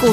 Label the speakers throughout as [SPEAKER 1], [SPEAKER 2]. [SPEAKER 1] 股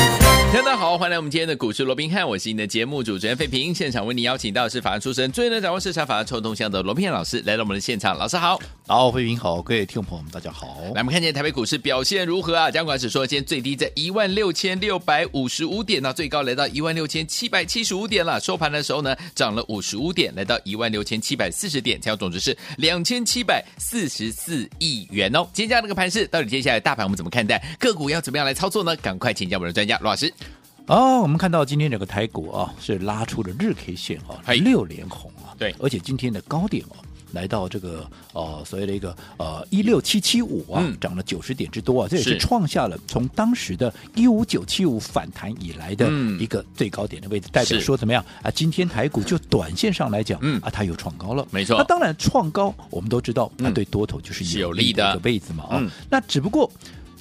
[SPEAKER 2] 大家好，欢迎来我们今天的股市罗宾汉，我是你的节目主持人费平。现场为您邀请到的是法案出身、最能掌握市场法案臭动向的罗宾汉老师，来到我们的现场。老师好，
[SPEAKER 3] 然后，慧平好，各位听众朋友们，大家好。
[SPEAKER 2] 来我们看见台北股市表现如何啊？加管指数今天最低在一万六千六百五十五点呢，最高来到一万六千七百七十五点了。收盘的时候呢，涨了五十五点，来到一万六千七百四十点，成交总值是两千七百四十四亿元哦。今天这样的一个盘势，到底接下来大盘我们怎么看待？个股要怎么样来操作呢？赶快请教我们的专家罗老师。
[SPEAKER 3] 哦，我们看到今天整个台股啊是拉出了日 K 线啊
[SPEAKER 2] 嘿，
[SPEAKER 3] 六连红啊，
[SPEAKER 2] 哎对
[SPEAKER 3] 而且今天的高点哦、来到这个呃所谓的一个呃一六七七五啊，
[SPEAKER 2] 嗯
[SPEAKER 3] 涨了九十点之多啊，这也
[SPEAKER 2] 是
[SPEAKER 3] 是创下了从当时的一五九七五反弹以来的
[SPEAKER 2] 嗯
[SPEAKER 3] 一个最高点的位置，代表
[SPEAKER 2] 是
[SPEAKER 3] 说怎么样啊？今天台股就短线上来讲，
[SPEAKER 2] 嗯
[SPEAKER 3] 啊，它又创高了，
[SPEAKER 2] 没错
[SPEAKER 3] 那当然创高，我们都知道，它
[SPEAKER 2] 嗯
[SPEAKER 3] 对多头就是
[SPEAKER 2] 是有
[SPEAKER 3] 有
[SPEAKER 2] 利
[SPEAKER 3] 利
[SPEAKER 2] 的
[SPEAKER 3] 的一个位置嘛啊、
[SPEAKER 2] 嗯
[SPEAKER 3] 那只不过。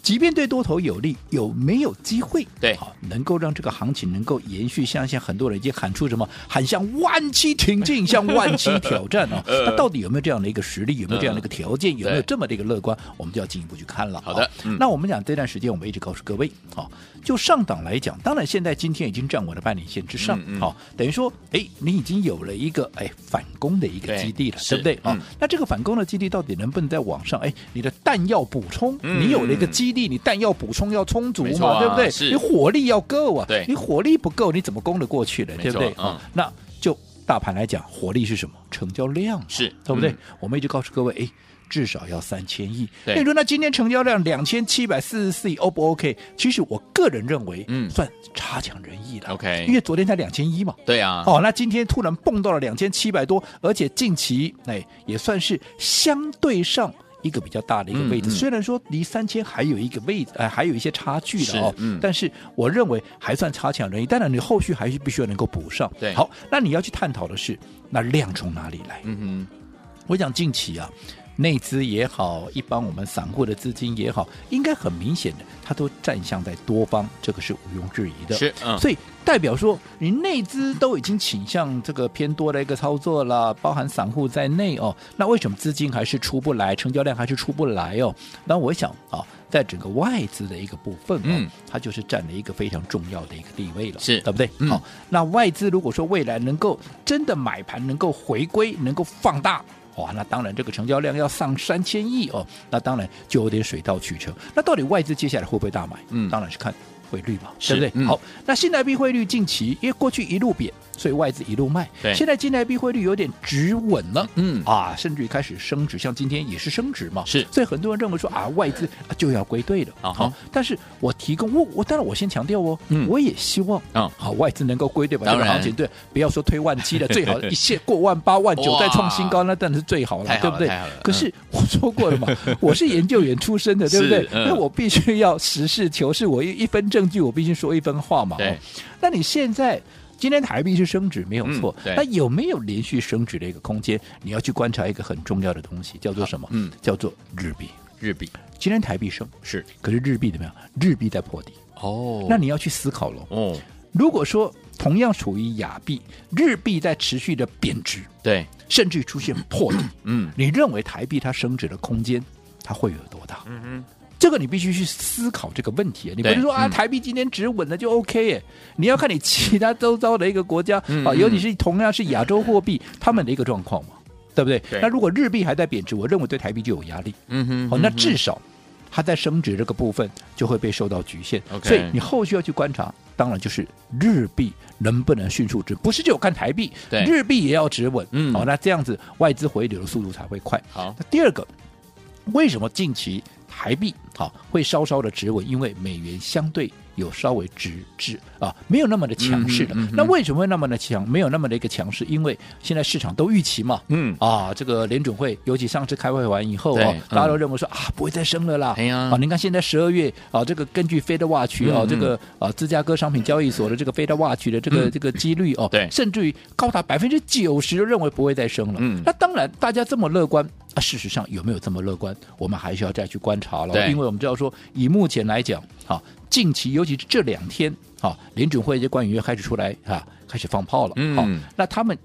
[SPEAKER 3] 即便对多头有利，有没有机会？
[SPEAKER 2] 对
[SPEAKER 3] 好，能够让这个行情能够延续，像现在很多人已经喊出什么，喊向万期挺进，向万期挑战哦。
[SPEAKER 2] 呃
[SPEAKER 3] 那到底有没有这样的一个实力？有没有这样的一个条件？有没有
[SPEAKER 2] 对
[SPEAKER 3] 这么的一个乐观？我们就要进一步去看了。
[SPEAKER 2] 好的嗯
[SPEAKER 3] 那我们讲这段时间，我们一直告诉各位，好、就上档来讲，当然现在今天已经站稳了半年线之上，好、
[SPEAKER 2] 嗯嗯
[SPEAKER 3] 等于说，哎，你已经有了一个哎反攻的一个
[SPEAKER 2] 对
[SPEAKER 3] 基地了，
[SPEAKER 2] 是
[SPEAKER 3] 对不对？啊、
[SPEAKER 2] 嗯
[SPEAKER 3] 那这个反攻的基地到底能不能在往上？哎，你的弹药补充，
[SPEAKER 2] 嗯
[SPEAKER 3] 你有了一个基地，你弹药补充要充足
[SPEAKER 2] 没错
[SPEAKER 3] 嘛，
[SPEAKER 2] 啊
[SPEAKER 3] 对不对？
[SPEAKER 2] 是
[SPEAKER 3] 你火力要够啊，
[SPEAKER 2] 对
[SPEAKER 3] 你火力不够，你怎么攻得过去呢？
[SPEAKER 2] 没
[SPEAKER 3] 对
[SPEAKER 2] 错
[SPEAKER 3] 不对？
[SPEAKER 2] 嗯
[SPEAKER 3] 啊，那就大盘来讲，火力是什么？成交量嘛
[SPEAKER 2] 是
[SPEAKER 3] 对不对？
[SPEAKER 2] 嗯
[SPEAKER 3] 我们一直告诉各位，哎。至少要三千亿。
[SPEAKER 2] 对
[SPEAKER 3] 那你说，那今天成交量两千七百四十四亿，O 不 OK？其实我个人认为，
[SPEAKER 2] 嗯
[SPEAKER 3] 算差强人意了。
[SPEAKER 2] OK
[SPEAKER 3] 因为昨天才两千一嘛，
[SPEAKER 2] 对啊，
[SPEAKER 3] 哦，那今天突然蹦到了两千七百多，而且近期哎也算是相对上。一个比较大的一个位
[SPEAKER 2] 嗯嗯
[SPEAKER 3] 置，虽然说离三千还有一个位置，哎、还有一些差距的哦
[SPEAKER 2] 是，嗯
[SPEAKER 3] 但是我认为还算差强人意。当然，你后续还是必须要能够补上。
[SPEAKER 2] 对
[SPEAKER 3] 好，那你要去探讨的是，那量从哪里来？
[SPEAKER 2] 嗯
[SPEAKER 3] 我讲近期啊，内资也好，一般我们散户的资金也好，应该很明显的，它都站向在多方，这个是毋庸置疑的。
[SPEAKER 2] 是嗯
[SPEAKER 3] 所以代表说，你内资都已经倾向这个偏多的一个操作了，包含散户在内哦。那为什么资金还是出不来，成交量还是出不来哦？那我想啊，在整个外资的一个部分、哦，
[SPEAKER 2] 嗯，
[SPEAKER 3] 它就是占了一个非常重要的一个地位了，
[SPEAKER 2] 是
[SPEAKER 3] 对不对？
[SPEAKER 2] 嗯
[SPEAKER 3] 好，那外资如果说未来能够真的买盘能够回归，能够放大。哇，那当然，这个成交量要上三千亿哦，那当然就有点水到渠成。那到底外资接下来会不会大买？
[SPEAKER 2] 嗯
[SPEAKER 3] 当然是看汇率嘛，
[SPEAKER 2] 是
[SPEAKER 3] 对不对？
[SPEAKER 2] 嗯
[SPEAKER 3] 好，哦那新台币汇率近期因为过去一路贬，所以外资一路卖
[SPEAKER 2] 对。
[SPEAKER 3] 现在新台币汇率有点止稳了，
[SPEAKER 2] 嗯
[SPEAKER 3] 啊，甚至于开始升值，像今天也是升值嘛，
[SPEAKER 2] 是
[SPEAKER 3] 所以很多人认为说啊，外资啊就要归队了
[SPEAKER 2] 啊哈
[SPEAKER 3] 好但是我提供我我当然我先强调哦，
[SPEAKER 2] 嗯
[SPEAKER 3] 我也希望
[SPEAKER 2] 嗯
[SPEAKER 3] 好外资能够归队吧，
[SPEAKER 2] 当
[SPEAKER 3] 这个
[SPEAKER 2] 然
[SPEAKER 3] 行情对，不要说推万七了，最好 一线过万八万九再创新高，
[SPEAKER 2] 哇
[SPEAKER 3] 那当然是最好了
[SPEAKER 2] 啊太，好
[SPEAKER 3] 对
[SPEAKER 2] 了
[SPEAKER 3] 不对
[SPEAKER 2] 太好了？
[SPEAKER 3] 可是我说过了嘛，我是研究员出身 的，对不对
[SPEAKER 2] 嗯是？嗯
[SPEAKER 3] 那我必须要实事求是，我一一分证据我必须说一分话嘛。
[SPEAKER 2] 对
[SPEAKER 3] 哦那你现在今天台币是升值没有错
[SPEAKER 2] 嗯对，
[SPEAKER 3] 那有没有连续升值的一个空间？你要去观察一个很重要的东西，叫做什么？
[SPEAKER 2] 嗯，
[SPEAKER 3] 叫做日币。
[SPEAKER 2] 嗯，日币
[SPEAKER 3] 今天台币升，
[SPEAKER 2] 是
[SPEAKER 3] 可是日币怎么样？日币在破底，
[SPEAKER 2] 哦
[SPEAKER 3] 那你要去思考喽。
[SPEAKER 2] 哦，
[SPEAKER 3] 如果说同样属于亚币，日币在持续的贬值，
[SPEAKER 2] 对，
[SPEAKER 3] 甚至出现破底，
[SPEAKER 2] 嗯，
[SPEAKER 3] 你认为台币它升值的空间它会有多大？嗯这个你必须去思考这个问题，你不是说啊，
[SPEAKER 2] 嗯
[SPEAKER 3] 台币今天止稳了就 OK 耶？你要看你其他周遭的一个国家
[SPEAKER 2] 嗯
[SPEAKER 3] 啊，
[SPEAKER 2] 嗯
[SPEAKER 3] 尤其是同样是亚洲货币，他们的一个状况嘛，对不对
[SPEAKER 2] 对？
[SPEAKER 3] 那如果日币还在贬值，我认为对台币就有压力。
[SPEAKER 2] 嗯哼
[SPEAKER 3] 哦，那至少它在升值这个部分就会被受到局限。
[SPEAKER 2] OK
[SPEAKER 3] 所以你后续要去观察，当然就是日币能不能迅速止，不是只有看台币
[SPEAKER 2] 对，
[SPEAKER 3] 日币也要止稳。
[SPEAKER 2] 嗯
[SPEAKER 3] 好、那这样子外资回流的速度才会快。
[SPEAKER 2] 好，
[SPEAKER 3] 那第二个，为什么近期台币好、会稍稍的止稳？因为美元相对。有稍微止滞啊，没有那么的强势的。
[SPEAKER 2] 嗯哼嗯哼
[SPEAKER 3] 那为什么会那么的强？没有那么的一个强势，因为现在市场都预期嘛。
[SPEAKER 2] 嗯，
[SPEAKER 3] 啊，这个联准会，尤其上次开会完以后
[SPEAKER 2] 对
[SPEAKER 3] 哦
[SPEAKER 2] 嗯，
[SPEAKER 3] 大家都认为说、啊，不会再升了啦。
[SPEAKER 2] 哎呀
[SPEAKER 3] 啊，你看现在十二月啊，这个根据 Fed Watch
[SPEAKER 2] 嗯
[SPEAKER 3] 啊
[SPEAKER 2] 嗯，
[SPEAKER 3] 这个啊芝加哥商品交易所的这个 Fed Watch 的这个、
[SPEAKER 2] 嗯
[SPEAKER 3] 这个几率哦，
[SPEAKER 2] 对
[SPEAKER 3] 甚至于高达百分之九十认为不会再升了。
[SPEAKER 2] 嗯
[SPEAKER 3] 那当然，大家这么乐观。啊，事实上有没有这么乐观，我们还需要再去观察了。
[SPEAKER 2] 对
[SPEAKER 3] 因为我们知道说，以目前来讲，啊，近期尤其是这两天，啊，联准会这官员又开始出来啊，开始放炮了。啊
[SPEAKER 2] 嗯
[SPEAKER 3] 好那他们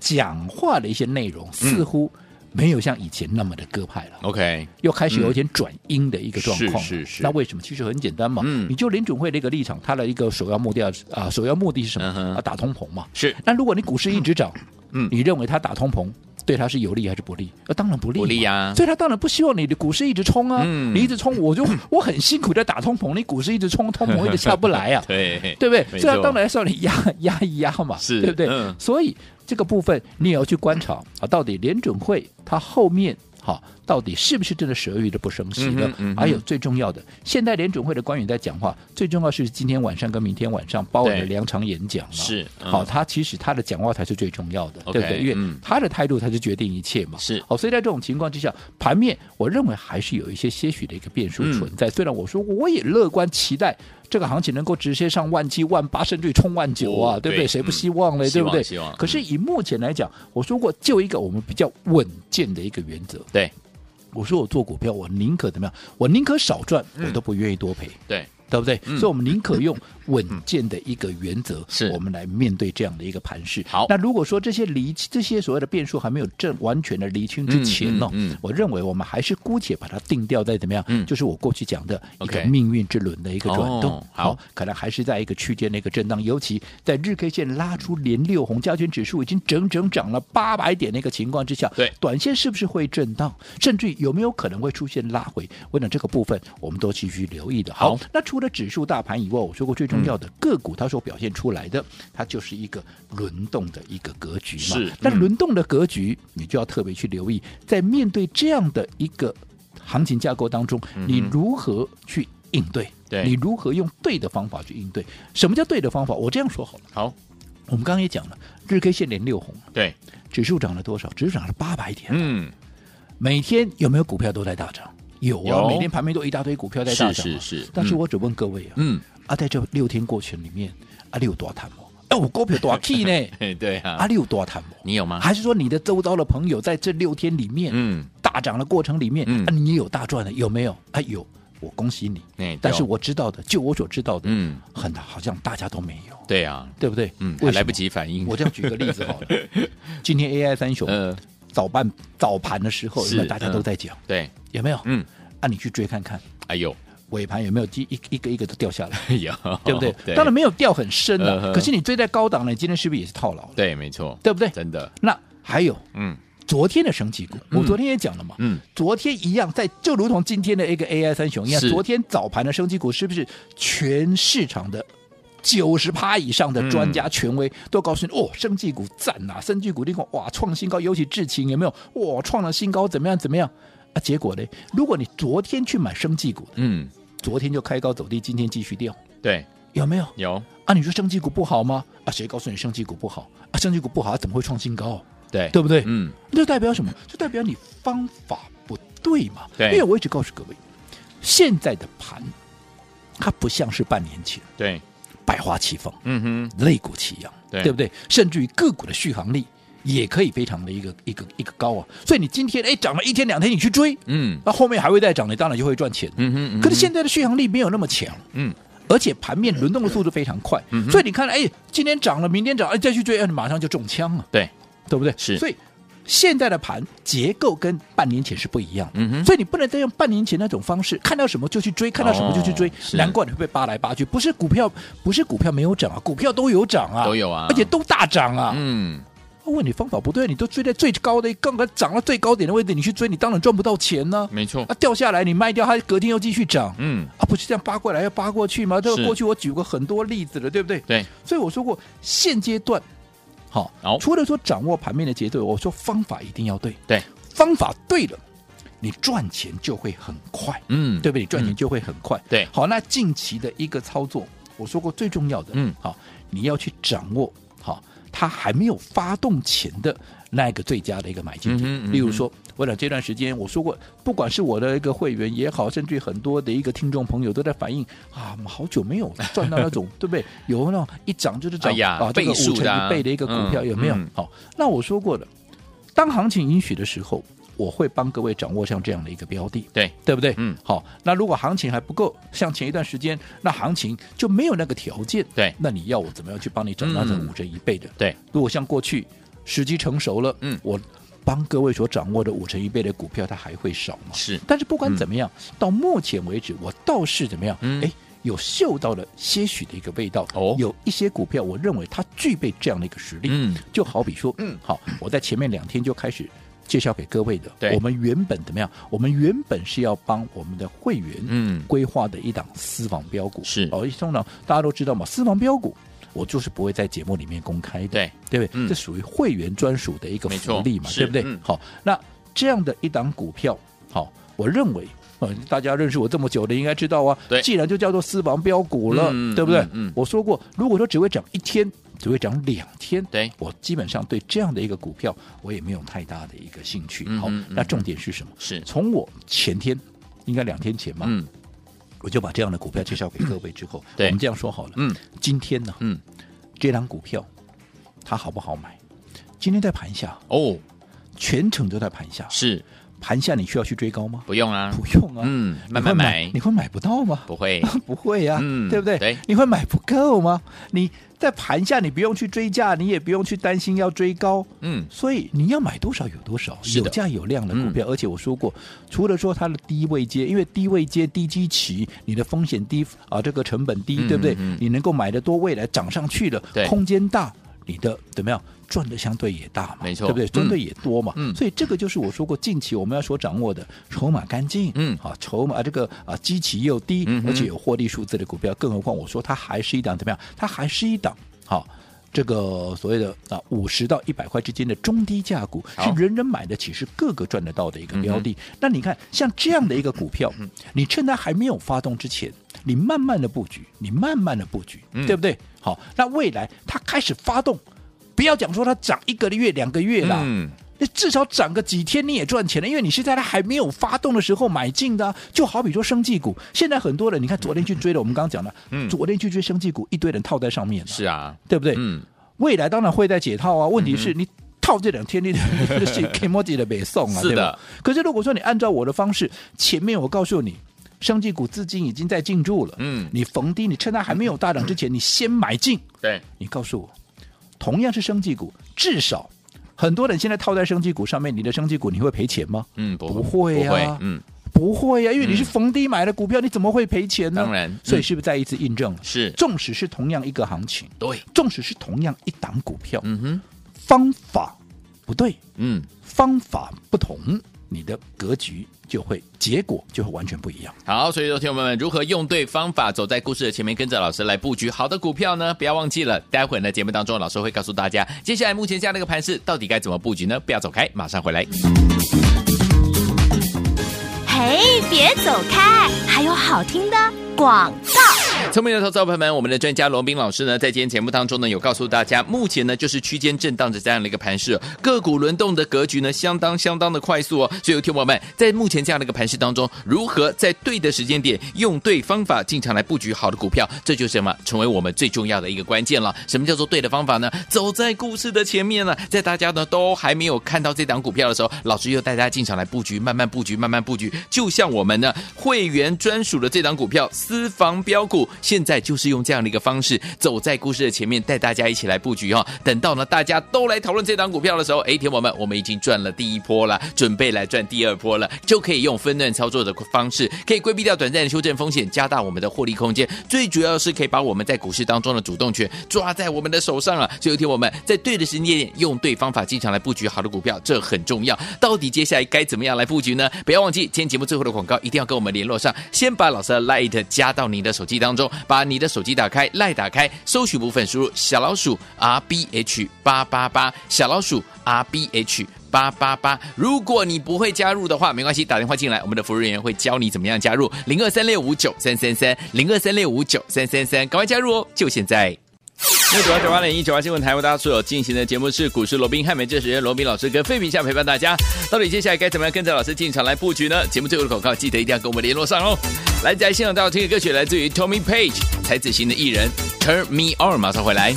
[SPEAKER 3] 讲话的一些内容
[SPEAKER 2] 嗯
[SPEAKER 3] 似乎没有像以前那么的鸽派了。
[SPEAKER 2] ，OK，
[SPEAKER 3] 又开始有一点转阴的一个状况
[SPEAKER 2] 嗯
[SPEAKER 3] 了、
[SPEAKER 2] 是是是
[SPEAKER 3] 那为什么？其实很简单嘛，
[SPEAKER 2] 嗯
[SPEAKER 3] 你就联准会的一个立场，它的一个首要目的啊、首要目的是什么？
[SPEAKER 2] 嗯哼
[SPEAKER 3] 啊，打通膨嘛。
[SPEAKER 2] 是
[SPEAKER 3] 那如果你股市一直涨，
[SPEAKER 2] 嗯
[SPEAKER 3] 你认为它打通膨对它是有利还是不利？呃，当然不利嘛，
[SPEAKER 2] 不利呀
[SPEAKER 3] 所以它当然不希望你的股市一直冲啊，
[SPEAKER 2] 嗯，
[SPEAKER 3] 你一直冲，我就我很辛苦在打通膨，你股市一直冲，通膨一直下不来 啊
[SPEAKER 2] 对
[SPEAKER 3] 对不
[SPEAKER 2] 没
[SPEAKER 3] 对？所以它
[SPEAKER 2] 错
[SPEAKER 3] 当然是要你压压一压嘛，
[SPEAKER 2] 是
[SPEAKER 3] 对不对？
[SPEAKER 2] 嗯
[SPEAKER 3] 所以这个部分你也要去观察啊，到底联准会它后面。好，到底是不是真的十二月就不升息了？
[SPEAKER 2] 嗯哼嗯哼
[SPEAKER 3] 还有最重要的，现在联准会的官员在讲话，最重要是今天晚上跟明天晚上鲍尔的
[SPEAKER 2] 对
[SPEAKER 3] 两场演讲嘛。
[SPEAKER 2] 是嗯
[SPEAKER 3] 好，他其实他的讲话才是最重要的
[SPEAKER 2] OK，
[SPEAKER 3] 对不对？因为
[SPEAKER 2] 嗯
[SPEAKER 3] 他的态度才是决定一切嘛。
[SPEAKER 2] 是
[SPEAKER 3] 好，所以在这种情况之下，盘面我认为还是有一些些许的一个变数
[SPEAKER 2] 嗯
[SPEAKER 3] 存在。虽然我说我也乐观期待这个行情能够直接上万七、万八，甚至于冲万九啊，
[SPEAKER 2] 哦
[SPEAKER 3] 对不对？
[SPEAKER 2] 对
[SPEAKER 3] 谁不
[SPEAKER 2] 嗯
[SPEAKER 3] 希望嘞？
[SPEAKER 2] 希
[SPEAKER 3] 对
[SPEAKER 2] 望
[SPEAKER 3] 不对
[SPEAKER 2] 希望？嗯
[SPEAKER 3] 可是以目前来讲，我说过就一个我们比较稳健的一个原则，
[SPEAKER 2] 嗯对
[SPEAKER 3] 我说我做股票，我宁可怎么样？我宁可少赚，
[SPEAKER 2] 嗯
[SPEAKER 3] 我都不愿意多赔。
[SPEAKER 2] 对，
[SPEAKER 3] 对不对？
[SPEAKER 2] 嗯
[SPEAKER 3] 所以，我们宁可用稳健的一个原则，
[SPEAKER 2] 是
[SPEAKER 3] 我们来面对这样的一个盘势。
[SPEAKER 2] 好
[SPEAKER 3] 那如果说这些厘这些所谓的变数还没有正完全的厘清之前呢、哦
[SPEAKER 2] 嗯嗯嗯
[SPEAKER 3] 我认为我们还是姑且把它定掉在怎么样？
[SPEAKER 2] 嗯
[SPEAKER 3] 就是我过去讲的一个
[SPEAKER 2] OK
[SPEAKER 3] 命运之轮的一个转动。
[SPEAKER 2] 哦好
[SPEAKER 3] 可能还是在一个区间的一个震荡，尤其在日 K 线拉出连六红，加权指数已经整整涨了八百点的一个情况之下，
[SPEAKER 2] 对
[SPEAKER 3] 短线是不是会震荡，甚至有没有可能会出现拉回？我想这个部分我们都继续留意的。
[SPEAKER 2] 好嗯
[SPEAKER 3] 那除了指数大盘以外，我说过最重要的个股，它所表现出来的，它就是一个轮动的一个格局嘛。
[SPEAKER 2] 是
[SPEAKER 3] 但
[SPEAKER 2] 嗯
[SPEAKER 3] 轮动的格局，你就要特别去留意，在面对这样的一个行情架构当中，你如何去应对？
[SPEAKER 2] 嗯对
[SPEAKER 3] 你如何用对的方法去应对？什么叫对的方法？我这样说好了，
[SPEAKER 2] 好，
[SPEAKER 3] 我们刚刚也讲了，日 K 线连六红，
[SPEAKER 2] 对，
[SPEAKER 3] 指数涨了多少？指数涨了八百点。
[SPEAKER 2] 嗯，
[SPEAKER 3] 每天有没有股票都在大涨？有啊，
[SPEAKER 2] 有
[SPEAKER 3] 每天盘面都一大堆股票在大涨、啊。
[SPEAKER 2] 是是是
[SPEAKER 3] 但是
[SPEAKER 2] 嗯
[SPEAKER 3] 我只问各位啊，
[SPEAKER 2] 嗯，
[SPEAKER 3] 啊，在这六天过程里面，啊，你有多谈吗？哎、我股票多 key 呢？
[SPEAKER 2] 嘿对
[SPEAKER 3] 啊，
[SPEAKER 2] 啊，
[SPEAKER 3] 你有多谈吗？
[SPEAKER 2] 你有吗？
[SPEAKER 3] 还是说你的周遭的朋友在这六天里面，
[SPEAKER 2] 啊嗯，
[SPEAKER 3] 大涨的过程里面，
[SPEAKER 2] 嗯
[SPEAKER 3] 啊，你也有大赚的，有没有？啊，有，我恭喜你。
[SPEAKER 2] 哎
[SPEAKER 3] 但
[SPEAKER 2] 对
[SPEAKER 3] 是我知道的，就我所知道的，
[SPEAKER 2] 嗯，
[SPEAKER 3] 很好像大家都没有，
[SPEAKER 2] 对啊，
[SPEAKER 3] 对不对？
[SPEAKER 2] 嗯，
[SPEAKER 3] 为
[SPEAKER 2] 还
[SPEAKER 3] 什
[SPEAKER 2] 来
[SPEAKER 3] 么
[SPEAKER 2] 不。及反应，
[SPEAKER 3] 我这样举 个例子好了，今天 AI 三雄
[SPEAKER 2] 呃，
[SPEAKER 3] 早办早盘的时候，
[SPEAKER 2] 是
[SPEAKER 3] 有没有大家都
[SPEAKER 2] 嗯
[SPEAKER 3] 在讲？
[SPEAKER 2] 对，
[SPEAKER 3] 有没有？
[SPEAKER 2] 嗯，
[SPEAKER 3] 啊，你去追看看
[SPEAKER 2] 哎呦，
[SPEAKER 3] 尾盘有没有一一一个一个都掉下 来，
[SPEAKER 2] 有，
[SPEAKER 3] 对不对？当然没有掉很深
[SPEAKER 2] 哦嗯
[SPEAKER 3] 的，
[SPEAKER 2] 哼
[SPEAKER 3] 可是你追在高档呢，你今天是不是也是套牢了？
[SPEAKER 2] 对，没错，
[SPEAKER 3] 对不对？
[SPEAKER 2] 真的，
[SPEAKER 3] 那还有
[SPEAKER 2] 嗯
[SPEAKER 3] 昨天的升级股，我昨天也讲了嘛，
[SPEAKER 2] 嗯，
[SPEAKER 3] 昨天一样，在就如同今天的一个 AI 三雄一样，
[SPEAKER 2] 是
[SPEAKER 3] 昨天早盘的升级股是不是全市场的？九十趴以上
[SPEAKER 2] 嗯
[SPEAKER 3] 的专家权威都告诉你，哦，生技股赞呐、生技股那个哇创新高，尤其智勤有没有？哇，创了新高，怎么样怎么样啊？结果呢？如果你昨天去买生技股的，
[SPEAKER 2] 嗯，
[SPEAKER 3] 昨天就开高走低，今天继续掉，
[SPEAKER 2] 对，
[SPEAKER 3] 有没有？
[SPEAKER 2] 有，
[SPEAKER 3] 啊，你说生技股不好吗？啊，谁告诉你生技股不好？啊，生技股不好，它怎么会创新高？
[SPEAKER 2] 对，
[SPEAKER 3] 对不对？
[SPEAKER 2] 嗯，
[SPEAKER 3] 这代表什么？这代表你方法不对嘛？
[SPEAKER 2] 对
[SPEAKER 3] 因为我一直告诉各位，现在的盘它不像是半年前
[SPEAKER 2] 对，
[SPEAKER 3] 百花齐放、
[SPEAKER 2] 嗯哼，
[SPEAKER 3] 肋骨齐扬，
[SPEAKER 2] 对
[SPEAKER 3] 不对？甚至于个股的续航力也可以非常的一个一个一个高啊。所以你今天哎涨了一天两天，你去追，
[SPEAKER 2] 嗯，
[SPEAKER 3] 那后面还会再涨，你当然就会赚钱。
[SPEAKER 2] 嗯哼，嗯哼
[SPEAKER 3] 可是现在的续航力没有那么强，
[SPEAKER 2] 嗯，
[SPEAKER 3] 而且盘面轮动的速度非常快，所以你看，哎，今天涨了，明天涨，哎，再去追，哎，马上就中枪了，
[SPEAKER 2] 对，
[SPEAKER 3] 对不对？
[SPEAKER 2] 是
[SPEAKER 3] 所以现在的盘结构跟半年前是不一样的，
[SPEAKER 2] 嗯哼
[SPEAKER 3] 所以你不能再用半年前那种方式，看到什么就去追，看到什么就去追，
[SPEAKER 2] 哦是
[SPEAKER 3] 难怪你会被扒来扒去。不是股票，不是股票没有涨啊，股票都有涨啊，
[SPEAKER 2] 都有啊
[SPEAKER 3] 而且都大涨啊。
[SPEAKER 2] 嗯，
[SPEAKER 3] 问你方法不对，你都追在最高的，刚刚涨到最高点的位置，你去追，你当然赚不到钱呢、
[SPEAKER 2] 没错
[SPEAKER 3] 啊，，掉下来你卖掉，它隔天又继续涨，
[SPEAKER 2] 嗯，
[SPEAKER 3] 啊，不是这样扒过来要扒过去吗？这
[SPEAKER 2] 是
[SPEAKER 3] 个过去我举过很多例子了，对不对？
[SPEAKER 2] 对，
[SPEAKER 3] 所以我说过，现阶段好、
[SPEAKER 2] 好
[SPEAKER 3] 除了说掌握盘面的节奏，我说方法一定要对，
[SPEAKER 2] 对，
[SPEAKER 3] 方法对了，你赚钱就会很快，
[SPEAKER 2] 嗯，
[SPEAKER 3] 对不对？你赚钱
[SPEAKER 2] 嗯
[SPEAKER 3] 就会很快。
[SPEAKER 2] 对
[SPEAKER 3] 好，那近期的一个操作，我说过最重要的，
[SPEAKER 2] 嗯
[SPEAKER 3] 好、你要去掌握好、它还没有发动前的那个最佳的一个买进
[SPEAKER 2] 嗯
[SPEAKER 3] 点。
[SPEAKER 2] 哼嗯哼
[SPEAKER 3] 例如说，我想这段时间我说过，不管是我的一个会员也好，甚至于很多的一个听众朋友都在反映啊，我们好久没有赚到那种，对不对？有那种一涨就是涨、
[SPEAKER 2] 哎呀
[SPEAKER 3] 啊，这个
[SPEAKER 2] 倍数
[SPEAKER 3] 五成
[SPEAKER 2] 的啊
[SPEAKER 3] 一倍的一个股票、
[SPEAKER 2] 嗯
[SPEAKER 3] 有没有？好、
[SPEAKER 2] 嗯
[SPEAKER 3] 那我说过了，当行情允许的时候，我会帮各位掌握像这样的一个标的。
[SPEAKER 2] 对，
[SPEAKER 3] 对不对？
[SPEAKER 2] 嗯，
[SPEAKER 3] 好，那如果行情还不够，像前一段时间，那行情就没有那个条件，
[SPEAKER 2] 对
[SPEAKER 3] 哎那你要我怎么样去帮你涨到这
[SPEAKER 2] 嗯
[SPEAKER 3] 五折一倍的？
[SPEAKER 2] 对，
[SPEAKER 3] 如果像过去时机成熟了，
[SPEAKER 2] 嗯
[SPEAKER 3] 我帮各位所掌握的五成一倍的股票，它还会少吗？
[SPEAKER 2] 是
[SPEAKER 3] 但是不管怎么样，到目前为止，我倒是怎么样？
[SPEAKER 2] 嗯
[SPEAKER 3] 哎、有嗅到了些许的一个味道。
[SPEAKER 2] 哦
[SPEAKER 3] 有一些股票，我认为它具备这样的一个实力。
[SPEAKER 2] 嗯，
[SPEAKER 3] 就好比说，嗯，好，我在前面两天就开始。介绍给各位
[SPEAKER 2] 对
[SPEAKER 3] 的，我们原本怎么样？我们原本是要帮我们的会员，
[SPEAKER 2] 嗯
[SPEAKER 3] 规划的一档私房标股
[SPEAKER 2] 是
[SPEAKER 3] 哦，通常大家都知道嘛，私房标股我就是不会在节目里面公开的，
[SPEAKER 2] 对
[SPEAKER 3] 对不对？
[SPEAKER 2] 嗯
[SPEAKER 3] 这属于会员专属的一个
[SPEAKER 2] 没
[SPEAKER 3] 福
[SPEAKER 2] 错
[SPEAKER 3] 利嘛，
[SPEAKER 2] 是
[SPEAKER 3] 对不对？
[SPEAKER 2] 嗯
[SPEAKER 3] 好，那这样的一档股票，好，我认为。呃，大家认识我这么久的应该知道啊
[SPEAKER 2] 对，
[SPEAKER 3] 既然就叫做私房标股了，
[SPEAKER 2] 嗯
[SPEAKER 3] 对不对？
[SPEAKER 2] 嗯嗯
[SPEAKER 3] 我说过，如果说只会涨一天，只会涨两天，
[SPEAKER 2] 对
[SPEAKER 3] 我基本上对这样的一个股票，我也没有太大的一个兴趣。
[SPEAKER 2] 嗯
[SPEAKER 3] 好
[SPEAKER 2] 嗯，
[SPEAKER 3] 那
[SPEAKER 2] 嗯
[SPEAKER 3] 重点是什么？
[SPEAKER 2] 是，
[SPEAKER 3] 从我前天，应该两天前嘛，
[SPEAKER 2] 嗯
[SPEAKER 3] 我就把这样的股票介绍给各位之后，
[SPEAKER 2] 对
[SPEAKER 3] 我们这样说好了，
[SPEAKER 2] 嗯
[SPEAKER 3] 今天呢，
[SPEAKER 2] 嗯，
[SPEAKER 3] 这张股票它好不好买？今天在盘下，
[SPEAKER 2] 哦，
[SPEAKER 3] 全程都在盘下，
[SPEAKER 2] 是
[SPEAKER 3] 盘下你需要去追高吗？
[SPEAKER 2] 不用啊，
[SPEAKER 3] 不用啊，
[SPEAKER 2] 嗯，
[SPEAKER 3] 你会
[SPEAKER 2] 慢慢买
[SPEAKER 3] 买，你会买不到吗？
[SPEAKER 2] 不会，
[SPEAKER 3] 不会呀、
[SPEAKER 2] 嗯
[SPEAKER 3] 对不对？
[SPEAKER 2] 对
[SPEAKER 3] 你会买不够吗？你在盘下，你不用去追价，你也不用去担心要追高，
[SPEAKER 2] 嗯
[SPEAKER 3] 所以你要买多少有多少，
[SPEAKER 2] 是的嗯
[SPEAKER 3] 有价有量的股票。而且我说过，除了说它的低位接，因为低位接低基期，你的风险低啊，这个成本低，
[SPEAKER 2] 嗯
[SPEAKER 3] 对不对？
[SPEAKER 2] 嗯嗯
[SPEAKER 3] 你能够买的多，未来涨上去了
[SPEAKER 2] 对，
[SPEAKER 3] 空间大，你的怎么样？赚的相对也大嘛，
[SPEAKER 2] 没错
[SPEAKER 3] 对不对？
[SPEAKER 2] 嗯
[SPEAKER 3] 赚的也多嘛，
[SPEAKER 2] 嗯
[SPEAKER 3] 所以这个就是我说过，近期我们要所掌握的筹码干净，
[SPEAKER 2] 嗯
[SPEAKER 3] 啊，筹码这个啊基期又低，
[SPEAKER 2] 嗯哼
[SPEAKER 3] 而且有获利数字的股票，更何况我说它还是一档怎么样？它还是一档好。这个所谓的啊五十到一百块之间的中低价股，
[SPEAKER 2] 好
[SPEAKER 3] 是人人买得起，是个个赚得到的一个标的。那你看，像这样的一个股票，
[SPEAKER 2] 嗯
[SPEAKER 3] 你趁它还没有发动之前，你慢慢的布局，你慢慢的布局，
[SPEAKER 2] 嗯
[SPEAKER 3] 对不对？好，那未来它开始发动，不要讲说它涨一个月、两个月啦，
[SPEAKER 2] 嗯，
[SPEAKER 3] 那至少涨个几天你也赚钱了，因为你是在它还没有发动的时候买进的啊、就好比说生技股，现在很多人你看昨天去追的，我们刚刚讲的，
[SPEAKER 2] 嗯
[SPEAKER 3] 昨天去追生技股，一堆人套在上面了，
[SPEAKER 2] 是啊，
[SPEAKER 3] 对不对？
[SPEAKER 2] 嗯，
[SPEAKER 3] 未来当然会在解套啊，问题是你。套这两天你 就是 k m o j i 的北送啊，
[SPEAKER 2] 是的
[SPEAKER 3] 对吧？可是如果说你按照我的方式，前面我告诉你，生技股资金已经在进驻了，
[SPEAKER 2] 嗯
[SPEAKER 3] 你逢低，你趁它还没有大涨之前，你先买进，
[SPEAKER 2] 对，
[SPEAKER 3] 你告诉我，同样是生技股，至少很多人现在套在生技股上面，你的生技股你会赔钱吗？
[SPEAKER 2] 嗯，不
[SPEAKER 3] 不会
[SPEAKER 2] 不
[SPEAKER 3] 呀
[SPEAKER 2] 会，嗯，
[SPEAKER 3] 不会呀、因为
[SPEAKER 2] 嗯
[SPEAKER 3] 你是逢低买的股票，你怎么会赔钱呢？
[SPEAKER 2] 当然
[SPEAKER 3] 所以
[SPEAKER 2] 嗯
[SPEAKER 3] 是不是再一次印证了？
[SPEAKER 2] 是
[SPEAKER 3] 纵使是同样一个行情，
[SPEAKER 2] 对，
[SPEAKER 3] 纵使是同样一档股票，
[SPEAKER 2] 嗯哼，
[SPEAKER 3] 方法不对，
[SPEAKER 2] 嗯，
[SPEAKER 3] 方法不同，你的格局就会结果就会完全不一样。
[SPEAKER 2] 好，所以说，听友们如何用对方法，走在故事的前面，跟着老师来布局好的股票呢？不要忘记了，待会儿呢节目当中，老师会告诉大家，接下来目前这样的一个盘势到底该怎么布局呢？不要走开，马上回来。
[SPEAKER 1] 嘿，别走开，还有好听的广告。
[SPEAKER 2] 聪明的投资者朋友们，我们的专家罗斌老师呢，在今天节目当中呢，有告诉大家，目前呢就是区间震荡的这样的一个盘势哦、个股轮动的格局呢，相当相当的快速哦。所以，有听众朋友们，在目前这样的一个盘势当中，如何在对的时间点，用对方法进场来布局好的股票，这就是什么？成为我们最重要的一个关键了。什么叫做对的方法呢？走在故事的前面呢，在大家呢都还没有看到这档股票的时候，老师又带大家进场来布局，慢慢布局，慢慢布局。就像我们呢会员专属的这档股票私房标股，现在就是用这样的一个方式，走在故事的前面，带大家一起来布局哦。等到呢大家都来讨论这档股票的时候，哎，铁友们，我们已经赚了第一波了，准备来赚第二波了，就可以用分段操作的方式，可以规避掉短暂的修正风险，加大我们的获利空间。最主要是可以把我们在股市当中的主动权抓在我们的手上啊。所以，有天我们在对的时间点，用对方法进场来布局好的股票，这很重要。到底接下来该怎么样来布局呢？不要忘记，今天节目最后的广告一定要跟我们联络上，先把老师的 Light 加到你的手机当中，把你的手机打开，Light 打开，搜寻部分输入小老鼠 R B H 八八八，小老鼠 R B H。八八八。如果你不会加入的话，没关系，打电话进来，我们的服务人员会教你怎么样加入零二三六五九三三三零二三六五九三三三，赶快加入哦，就现在。六九八九八零一九八新闻台为大家所有进行的节目是股市罗宾汉美这时间罗宾老师跟费平下陪伴大家。到底接下来该怎么样跟着老师进场来布局呢？节目最后的广告记得一定要跟我们联络上哦。来，在现场大家听的歌曲来自于 Tommy Page 才子型的艺人 Turn Me On，马上回来。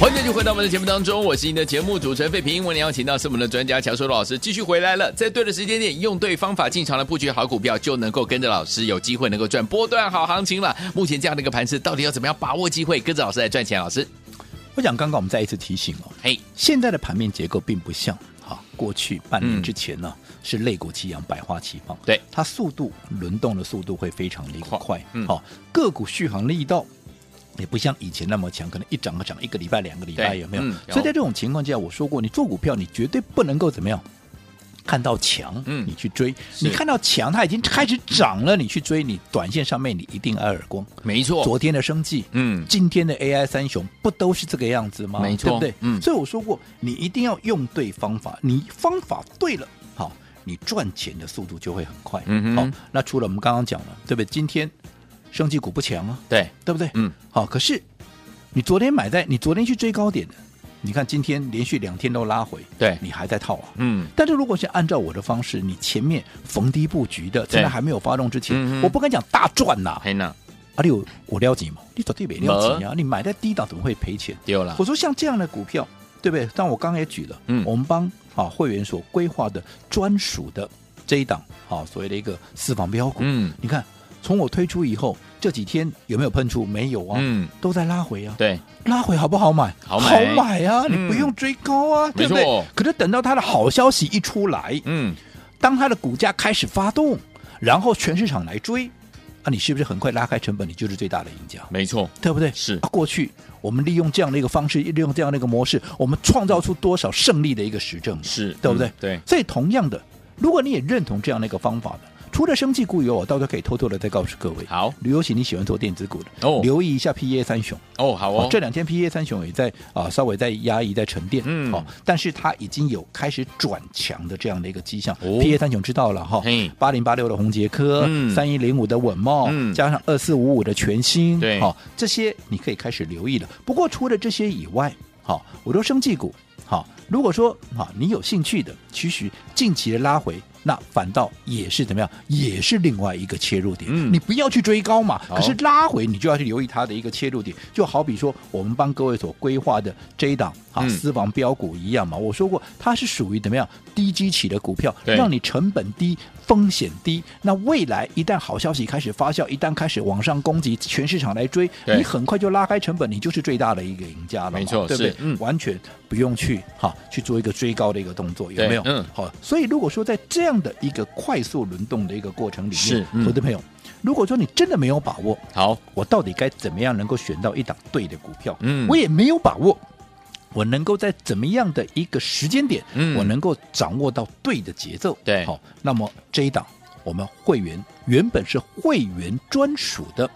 [SPEAKER 2] 欢迎继续回到我们的节目当中，我是您的节目主持人费平。为您邀请到是我们的专家乔叔老师继续回来了，在对的时间点，用对方法进场来布局好股票，就能够跟着老师有机会能够赚波段好行情了。目前这样的一个盘势，到底要怎么样把握机会，跟着老师来赚钱？老师，
[SPEAKER 3] 我想刚刚我们再一次提醒哦，
[SPEAKER 2] 嘿，
[SPEAKER 3] 现在的盘面结构并不像哈过去半
[SPEAKER 2] 嗯
[SPEAKER 3] 年之前呢、是肋骨齐扬，百花齐放。
[SPEAKER 2] 对
[SPEAKER 3] 它速度轮动的速度会非常的一个
[SPEAKER 2] 快
[SPEAKER 3] 快，
[SPEAKER 2] 嗯
[SPEAKER 3] 好、个股续航力道。也不像以前那么强，可能一涨个涨一个礼拜、两个礼拜，
[SPEAKER 2] 对
[SPEAKER 3] 有没有？
[SPEAKER 2] 嗯
[SPEAKER 3] 所
[SPEAKER 2] 有
[SPEAKER 3] 以在这种情况之下，我说过，你做股票，你绝对不能够怎么样，看到强，
[SPEAKER 2] 嗯
[SPEAKER 3] 你去追；
[SPEAKER 2] 是
[SPEAKER 3] 你看到强，它已经开始涨了，你去追，你短线上面你一定挨耳光。
[SPEAKER 2] 没错，
[SPEAKER 3] 昨天的生计，
[SPEAKER 2] 嗯，
[SPEAKER 3] 今天的 AI 三雄不都是这个样子吗？
[SPEAKER 2] 没错
[SPEAKER 3] 对不对？
[SPEAKER 2] 嗯
[SPEAKER 3] 所以我说过，你一定要用对方法，你方法对了，好，你赚钱的速度就会很快。
[SPEAKER 2] 嗯哼
[SPEAKER 3] 好，那除了我们刚刚讲了，对不对？今天生技股不强啊，
[SPEAKER 2] 对，
[SPEAKER 3] 对不对？
[SPEAKER 2] 嗯，
[SPEAKER 3] 好，可是你昨天买在，你昨天去追高点的，你看今天连续两天都拉回，
[SPEAKER 2] 对
[SPEAKER 3] 你还在套啊，
[SPEAKER 2] 嗯，
[SPEAKER 3] 但是如果是按照我的方式，你前面逢低布局的，
[SPEAKER 2] 对
[SPEAKER 3] 趁它还没有发动之前，
[SPEAKER 2] 嗯哼哎
[SPEAKER 3] 我不敢讲大赚呐、
[SPEAKER 2] 黑娜
[SPEAKER 3] 啊，你有我了解吗？你绝对没了解啊！你买在低档怎么会赔钱？
[SPEAKER 2] 丢了
[SPEAKER 3] 我，说像这样的股票，对不对？但我刚刚也举了，
[SPEAKER 2] 嗯
[SPEAKER 3] 我们帮啊会员所规划的专属的这一档啊所谓的一个私房标股，
[SPEAKER 2] 嗯
[SPEAKER 3] 你看从我推出以后这几天有没有喷出？没有啊，
[SPEAKER 2] 嗯，
[SPEAKER 3] 都在拉回啊，
[SPEAKER 2] 对，
[SPEAKER 3] 拉回好不好买？
[SPEAKER 2] 好买
[SPEAKER 3] 啊，你
[SPEAKER 2] 嗯
[SPEAKER 3] 不用追高啊，对不
[SPEAKER 2] 没错
[SPEAKER 3] 对？可是等到它的好消息一出来，
[SPEAKER 2] 嗯，
[SPEAKER 3] 当它的股价开始发动，然后全市场来追，啊，你是不是很快拉开成本？你就是最大的赢家，
[SPEAKER 2] 没错，
[SPEAKER 3] 对不对？
[SPEAKER 2] 是
[SPEAKER 3] 啊，过去我们利用这样的一个方式，利用这样的一个模式，我们创造出多少胜利的一个实证，
[SPEAKER 2] 是
[SPEAKER 3] 对不对？
[SPEAKER 2] 嗯对
[SPEAKER 3] 所以同样的，如果你也认同这样的一个方法的。除了生技股以外，我到时候可以偷偷的再告诉各位，
[SPEAKER 2] 好
[SPEAKER 3] 尤其你喜欢做电子股的，
[SPEAKER 2] 哦
[SPEAKER 3] 留意一下 P A 三雄，
[SPEAKER 2] 哦，好哦
[SPEAKER 3] 这，两天 P E A 三雄也在啊、稍微在压抑在沉淀，
[SPEAKER 2] 嗯
[SPEAKER 3] 哦，但是它已经有开始转强的这样的一个迹象。
[SPEAKER 2] 哦
[SPEAKER 3] P E A 三雄知道了哈
[SPEAKER 2] 嘿，
[SPEAKER 3] 八零八六的红杰科
[SPEAKER 2] 嗯，
[SPEAKER 3] 三一零五的稳茂，
[SPEAKER 2] 嗯
[SPEAKER 3] 加上二四五五的全新，
[SPEAKER 2] 对
[SPEAKER 3] 好、这些你可以开始留意了。不过除了这些以外，好、我说生技股，好、如果说啊你有兴趣的，其实近期的拉回。那反倒也是怎么样，也是另外一个切入点。
[SPEAKER 2] 嗯
[SPEAKER 3] 你不要去追高嘛，
[SPEAKER 2] 好
[SPEAKER 3] 可是拉回你就要去留意它的一个切入点，就好比说我们帮各位所规划的这一档啊
[SPEAKER 2] 嗯
[SPEAKER 3] 私房标股一样嘛。我说过它是属于怎么样低基企的股票，
[SPEAKER 2] 对
[SPEAKER 3] 让你成本低、风险低。那未来一旦好消息开始发酵，一旦开始往上攻击，全市场来追，
[SPEAKER 2] 对
[SPEAKER 3] 你很快就拉开成本，你就是最大的一个赢家了嘛，
[SPEAKER 2] 没错
[SPEAKER 3] 对不对
[SPEAKER 2] 是？嗯
[SPEAKER 3] 完全不用去哈去做一个追高的一个动作，有没有？
[SPEAKER 2] 对嗯
[SPEAKER 3] 好，所以如果说在这样的一个快速轮动的一个过程里
[SPEAKER 2] 是
[SPEAKER 3] 面，
[SPEAKER 2] 嗯
[SPEAKER 3] 投资朋友，如果说你真的没有把握，
[SPEAKER 2] 好，
[SPEAKER 3] 我到底该怎么样能够选到一档对的股票？
[SPEAKER 2] 嗯
[SPEAKER 3] 我也没有把握，我能够在怎么样的一个时间点，
[SPEAKER 2] 嗯
[SPEAKER 3] 我能够掌握到对的节奏。
[SPEAKER 2] 对
[SPEAKER 3] 好，那么这一档我们会员原本是会员专属的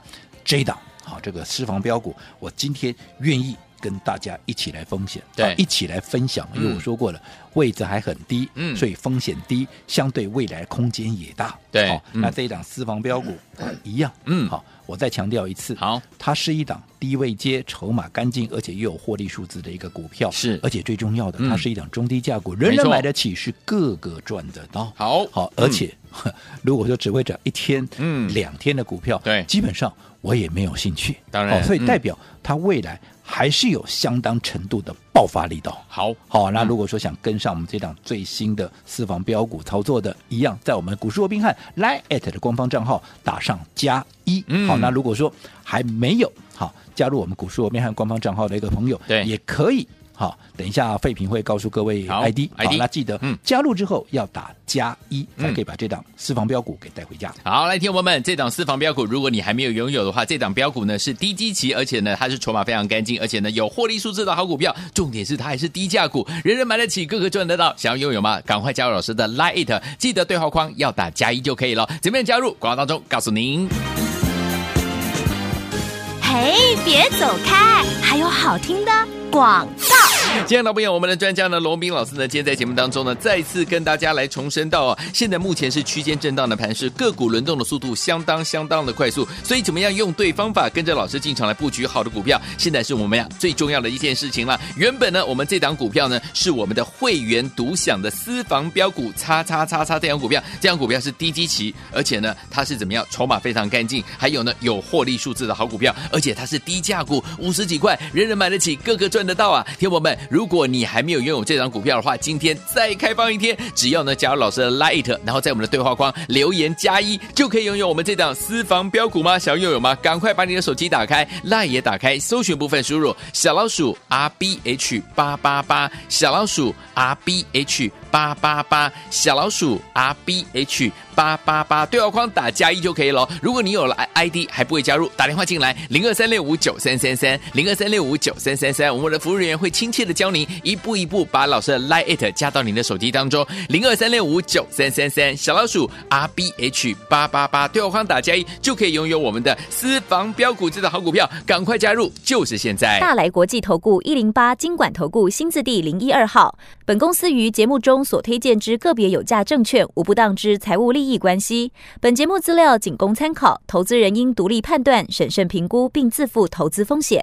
[SPEAKER 3] 这一档，好，这个私房标股，我今天愿意。跟大家一起来风险，
[SPEAKER 2] 对
[SPEAKER 3] 啊一起来分享，因为
[SPEAKER 2] 嗯
[SPEAKER 3] 我说过了，位置还很低，
[SPEAKER 2] 嗯
[SPEAKER 3] 所以风险低，相对未来空间也大，
[SPEAKER 2] 对
[SPEAKER 3] 好，
[SPEAKER 2] 嗯
[SPEAKER 3] 那这一档私房标股啊一样，
[SPEAKER 2] 嗯
[SPEAKER 3] 好，我再强调一次，
[SPEAKER 2] 好，
[SPEAKER 3] 它是一档低位接、筹码干净，而且又有获利数字的一个股票，
[SPEAKER 2] 是
[SPEAKER 3] 而且最重要的，
[SPEAKER 2] 嗯
[SPEAKER 3] 它是一档中低价股，人
[SPEAKER 2] 没
[SPEAKER 3] 人
[SPEAKER 2] 错
[SPEAKER 3] 买得起，是个个赚得到。
[SPEAKER 2] 好
[SPEAKER 3] 好，
[SPEAKER 2] 嗯
[SPEAKER 3] 而且、呵 如果说只会涨一天、
[SPEAKER 2] 嗯
[SPEAKER 3] 两天的股票，
[SPEAKER 2] 对
[SPEAKER 3] 基本上我也没有兴趣。
[SPEAKER 2] 当然
[SPEAKER 3] 好所以
[SPEAKER 2] 嗯
[SPEAKER 3] 代表它未来还是有相当程度的爆发力道。
[SPEAKER 2] 好，
[SPEAKER 3] 好，那
[SPEAKER 2] 嗯
[SPEAKER 3] 如果说想跟上我们这档最新的私房标股操作的，一样在我们股市罗宾汉 Line at 的官方账号打上加一。
[SPEAKER 2] 嗯
[SPEAKER 3] 好，那如果说还没有好加入我们股市罗宾汉官方账号的一个朋友，
[SPEAKER 2] 对
[SPEAKER 3] 也可以。好，等一下，费平会告诉各位
[SPEAKER 2] 好
[SPEAKER 3] ID，
[SPEAKER 2] ID
[SPEAKER 3] 那记得
[SPEAKER 2] 嗯
[SPEAKER 3] 加入之后要打加一，才
[SPEAKER 2] 嗯
[SPEAKER 3] 可以把这档私房标股给带回家。
[SPEAKER 2] 好，来，听众朋友们，这档私房标股，如果你还没有拥有的话，这档标股呢是低基期，而且呢它是筹码非常干净，而且呢有获利数字的好股票，重点是它还是低价股，人人买得起，个个赚得到。想要拥有吗？赶快加入老师的 Line It，记得对话框要打加一就可以了。怎么样加入？广告当中告诉您。
[SPEAKER 1] 嘿，别走开，还有好听的广告。
[SPEAKER 2] 亲爱的朋友我们的专家呢，龙斌老师呢，今天在节目当中呢，再次跟大家来重申到哦，现在目前是区间震荡的盘势，个股轮动的速度相当相当的快速，所以怎么样用对方法，跟着老师进场来布局好的股票，现在是我们呀最重要的一件事情了。原本呢，我们这档股票呢，是我们的会员独享的私房标股叉叉叉叉这档股票，这档股票是低基期，而且呢，它是怎么样，筹码非常干净，还有呢有获利数字的好股票，而且它是低价股，五十几块，人人买得起，个个赚得到啊！听友们，如果你还没有拥有这张股票的话，今天再开放一天，只要呢加入老师的 Light，然后在我们的对话框留言加一，就可以拥有我们这档私房标股吗？想要拥有吗？赶快把你的手机打开，Light 也打开，搜寻部分输入小老鼠 R B H 八八八，小老鼠 R B H 八八八，小老鼠 R B H 八八八，对话框打加一就可以了。如果你有了 I D 还不会加入，打电话进来零二三六五九三三三零二三六五九三三三，我们的服务人员会亲切的教您一步一步把老师的 Line It 加到您的手机当中零二三六五九三三三小老鼠 R B H 八八八，对话框打加一就可以拥有我们的私房标股这的好股票，赶快加入，就是现在。
[SPEAKER 4] 大来国际投顾一零八金管投顾新字第零一二号。本公司于节目中所推荐之个别有价证券，无不当之财务利益关系。本节目资料仅供参考，投资人应独立判断、审慎评估，并自负投资风险。